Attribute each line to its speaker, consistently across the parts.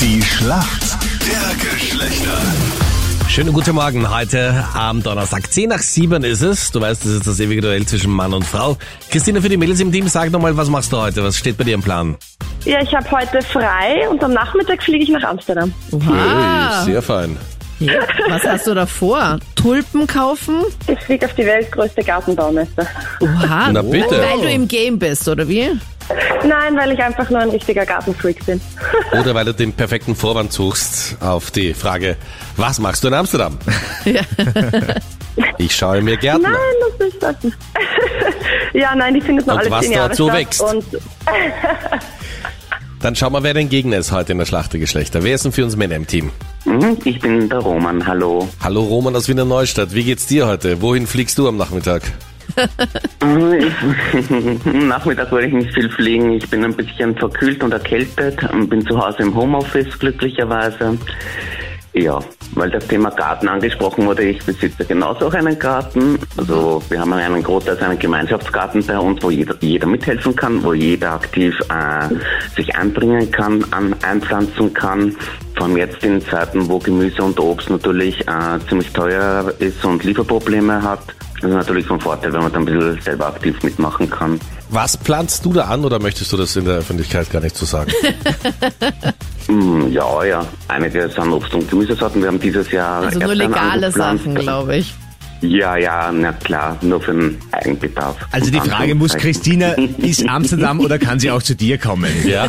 Speaker 1: Die Schlacht der Geschlechter.
Speaker 2: Schönen guten Morgen heute am Donnerstag. 10 nach 7 ist es. Du weißt, das ist das ewige Duell zwischen Mann und Frau. Christine, für die Mädels im Team, sag nochmal, was machst du heute? Was steht bei dir im Plan?
Speaker 3: Ja, ich habe heute frei und am Nachmittag fliege ich nach Amsterdam.
Speaker 2: Hey,
Speaker 4: Oha.
Speaker 2: sehr fein.
Speaker 4: Ja, Was hast du da vor? Tulpen kaufen?
Speaker 3: Ich fliege auf die weltgrößte Gartenbaumesse.
Speaker 4: Oha.
Speaker 2: Na bitte.
Speaker 4: Weil du im Game bist, oder wie?
Speaker 3: Nein, weil ich einfach nur ein richtiger Gartenfreak bin.
Speaker 2: Oder weil du den perfekten Vorwand suchst auf die Frage, was machst du in Amsterdam?
Speaker 4: also
Speaker 2: ich schaue mir Gärten
Speaker 3: Nein,
Speaker 2: an.
Speaker 3: das ist das. ja, nein, die findet noch
Speaker 2: Und
Speaker 3: alle
Speaker 2: was
Speaker 3: zehn
Speaker 2: dort
Speaker 3: Jahre
Speaker 2: so
Speaker 3: statt.
Speaker 2: wächst.
Speaker 3: Und
Speaker 2: Dann schauen wir, wer dein Gegner ist heute in der Schlacht der Geschlechter. Wer ist denn für uns Männer im Team?
Speaker 5: Hm, Ich bin der Roman, hallo.
Speaker 2: Hallo Roman aus Wiener Neustadt, wie geht's dir heute? Wohin fliegst du am Nachmittag?
Speaker 5: Hm, ich- Nachmittag werde ich nicht viel fliegen. Ich bin ein bisschen verkühlt und erkältet und bin zu Hause im Homeoffice glücklicherweise. Ja, weil das Thema Garten angesprochen wurde, ich besitze genauso auch einen Garten. Also wir haben einen großen, also einen Gemeinschaftsgarten bei uns, wo jeder, jeder mithelfen kann, wo jeder aktiv äh, sich einbringen kann, an, einpflanzen kann. Vor allem jetzt in Zeiten, wo Gemüse und Obst natürlich äh, ziemlich teuer ist und Lieferprobleme hat. Das ist natürlich von Vorteil, wenn man da ein bisschen selber aktiv mitmachen kann.
Speaker 2: Was planst du da an oder möchtest du das in der Öffentlichkeit gar nicht so sagen?
Speaker 5: Hm, ja, ja. Einige sind Obst- und Gemüsesorten. Wir haben dieses Jahr.
Speaker 4: Also nur
Speaker 5: Erdbeeren
Speaker 4: legale
Speaker 5: angepflanzt.
Speaker 4: Sachen, glaube ich.
Speaker 5: Ja, ja, na klar. Nur für den Eigenbedarf.
Speaker 6: Also die Frage muss
Speaker 4: halt
Speaker 6: Christina, ist Amsterdam oder kann sie auch zu dir kommen?
Speaker 2: Ja.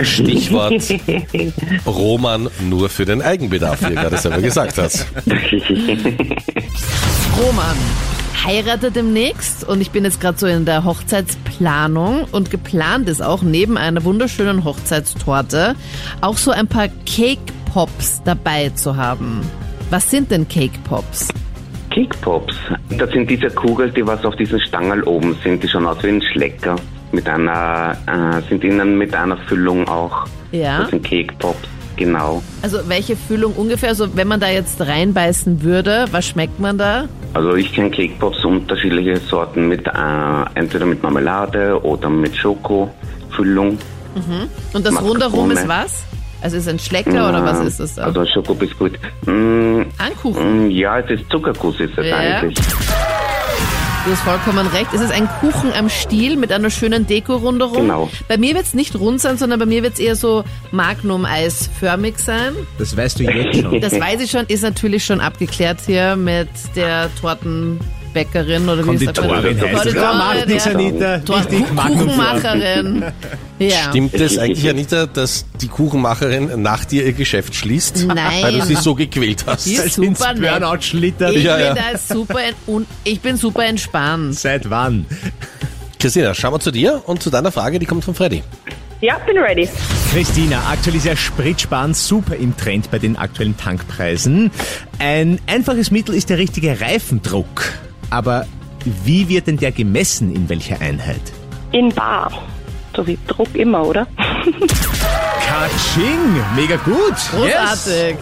Speaker 2: Stichwort Roman nur für den Eigenbedarf, wie ihr gerade selber gesagt hast.
Speaker 4: Roman heiratet demnächst und ich bin jetzt gerade so in der Hochzeitsplanung und geplant ist auch neben einer wunderschönen Hochzeitstorte auch so ein paar Cake Pops dabei zu haben. Was sind denn Cake Pops?
Speaker 5: Kickpops. Das sind diese Kugeln, die was auf diesen Stangerl oben sind, die schon aus wie ein Schlecker. Mit einer, äh, sind innen mit einer Füllung auch.
Speaker 4: Ja.
Speaker 5: Das sind Cakepops, genau.
Speaker 4: Also welche Füllung ungefähr? Also wenn man da jetzt reinbeißen würde, was schmeckt man da?
Speaker 5: Also ich kenne Cakepops unterschiedliche Sorten mit, äh, entweder mit Marmelade oder mit Schokofüllung.
Speaker 4: Und das
Speaker 5: Mascarpone.
Speaker 4: rundherum ist was? Also ist ein Schlecker oder was ist das? da?
Speaker 5: Also Schokobiskuit. Mm,
Speaker 4: Ankuchen.
Speaker 5: mm, ja, es ist Zuckerguss ist es
Speaker 4: Ja.
Speaker 5: eigentlich.
Speaker 4: Du hast vollkommen recht. Es ist ein Kuchen am Stiel mit einer schönen Deko rundherum.
Speaker 5: Genau.
Speaker 4: Bei mir wird's nicht rund sein, sondern bei mir wird's eher so Magnum-Eisförmig sein.
Speaker 6: Das weißt du jetzt schon.
Speaker 4: Das weiß ich schon, ist natürlich schon abgeklärt hier mit der Tortenbäckerin oder wie sagt man?
Speaker 6: Konditorin heißt
Speaker 4: Konditorin,
Speaker 6: es. Ja, macht nichts,
Speaker 4: ja.
Speaker 6: Anita.
Speaker 4: Tor-
Speaker 6: Richtig, Magnum Flocken.
Speaker 4: Kuchenmacherin. Ja.
Speaker 2: Stimmt es eigentlich, Anita, dass die Kuchenmacherin nach dir ihr Geschäft schließt?
Speaker 4: Nein.
Speaker 2: Weil du sie so gequält hast.
Speaker 4: Die ist
Speaker 6: Ins
Speaker 4: super nett.
Speaker 6: Burnout schlittert.
Speaker 4: Ich,
Speaker 2: Ja, ja.
Speaker 4: bin da super ent- un- ich bin super entspannt.
Speaker 6: Seit wann?
Speaker 2: Christina, schauen wir zu dir und zu deiner Frage, die kommt von Freddy.
Speaker 3: ja, bin ready.
Speaker 6: Christina, aktuell ist ja Spritsparen super im Trend bei den aktuellen Tankpreisen. Ein einfaches Mittel ist der richtige Reifendruck. Aber wie wird denn der gemessen, in welcher Einheit?
Speaker 3: In Bar. So wie Druck immer, oder?
Speaker 6: Katsching! Mega gut!
Speaker 4: Großartig.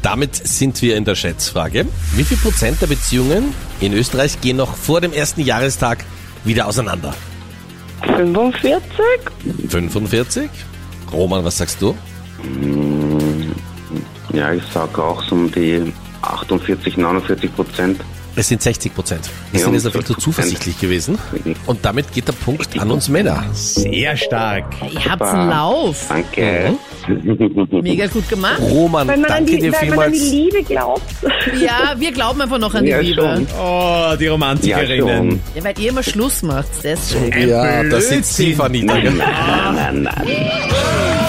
Speaker 2: Damit sind wir in der Schätzfrage. Wie viel Prozent der Beziehungen in Österreich gehen noch vor dem ersten Jahrestag wieder auseinander?
Speaker 3: 45?
Speaker 2: 45? Roman, was sagst du?
Speaker 5: Ja, ich sag auch so um die 48, 49 Prozent.
Speaker 2: Es sind 60 Prozent. Wir
Speaker 5: Ja,
Speaker 2: sind
Speaker 5: um
Speaker 2: jetzt ein bisschen
Speaker 5: 12%.
Speaker 2: zuversichtlich gewesen. Und damit geht der Punkt an uns Männer.
Speaker 6: Sehr stark.
Speaker 4: Ihr habt's einen Lauf. Mhm.
Speaker 5: Danke.
Speaker 4: Mega gut gemacht.
Speaker 2: Roman,
Speaker 3: Wenn man, an
Speaker 2: danke
Speaker 3: die,
Speaker 2: dir
Speaker 3: wenn man an die
Speaker 2: vielmals.
Speaker 3: Liebe glaubt.
Speaker 4: Ja, wir glauben einfach noch an die
Speaker 5: Ja,
Speaker 4: Liebe.
Speaker 5: schon.
Speaker 6: Oh, die
Speaker 5: Ja,
Speaker 6: Romantikerinnen.
Speaker 5: schon.
Speaker 4: Ja, weil ihr immer Schluss macht, deswegen.
Speaker 6: Ein
Speaker 2: Ja, das sind
Speaker 6: Blödsinn.
Speaker 2: Sie, Vanita.
Speaker 5: Nein, nein, nein.